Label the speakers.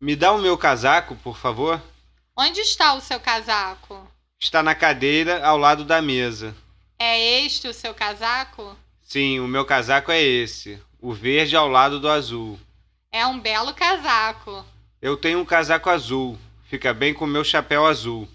Speaker 1: Me dá o meu casaco, por favor.
Speaker 2: Onde está o seu casaco?
Speaker 1: Está na cadeira ao lado da mesa.
Speaker 2: É este o seu casaco?
Speaker 1: Sim, o meu casaco é esse, o verde ao lado do azul.
Speaker 2: É um belo casaco.
Speaker 1: Eu tenho um casaco azul, fica bem com o meu chapéu azul.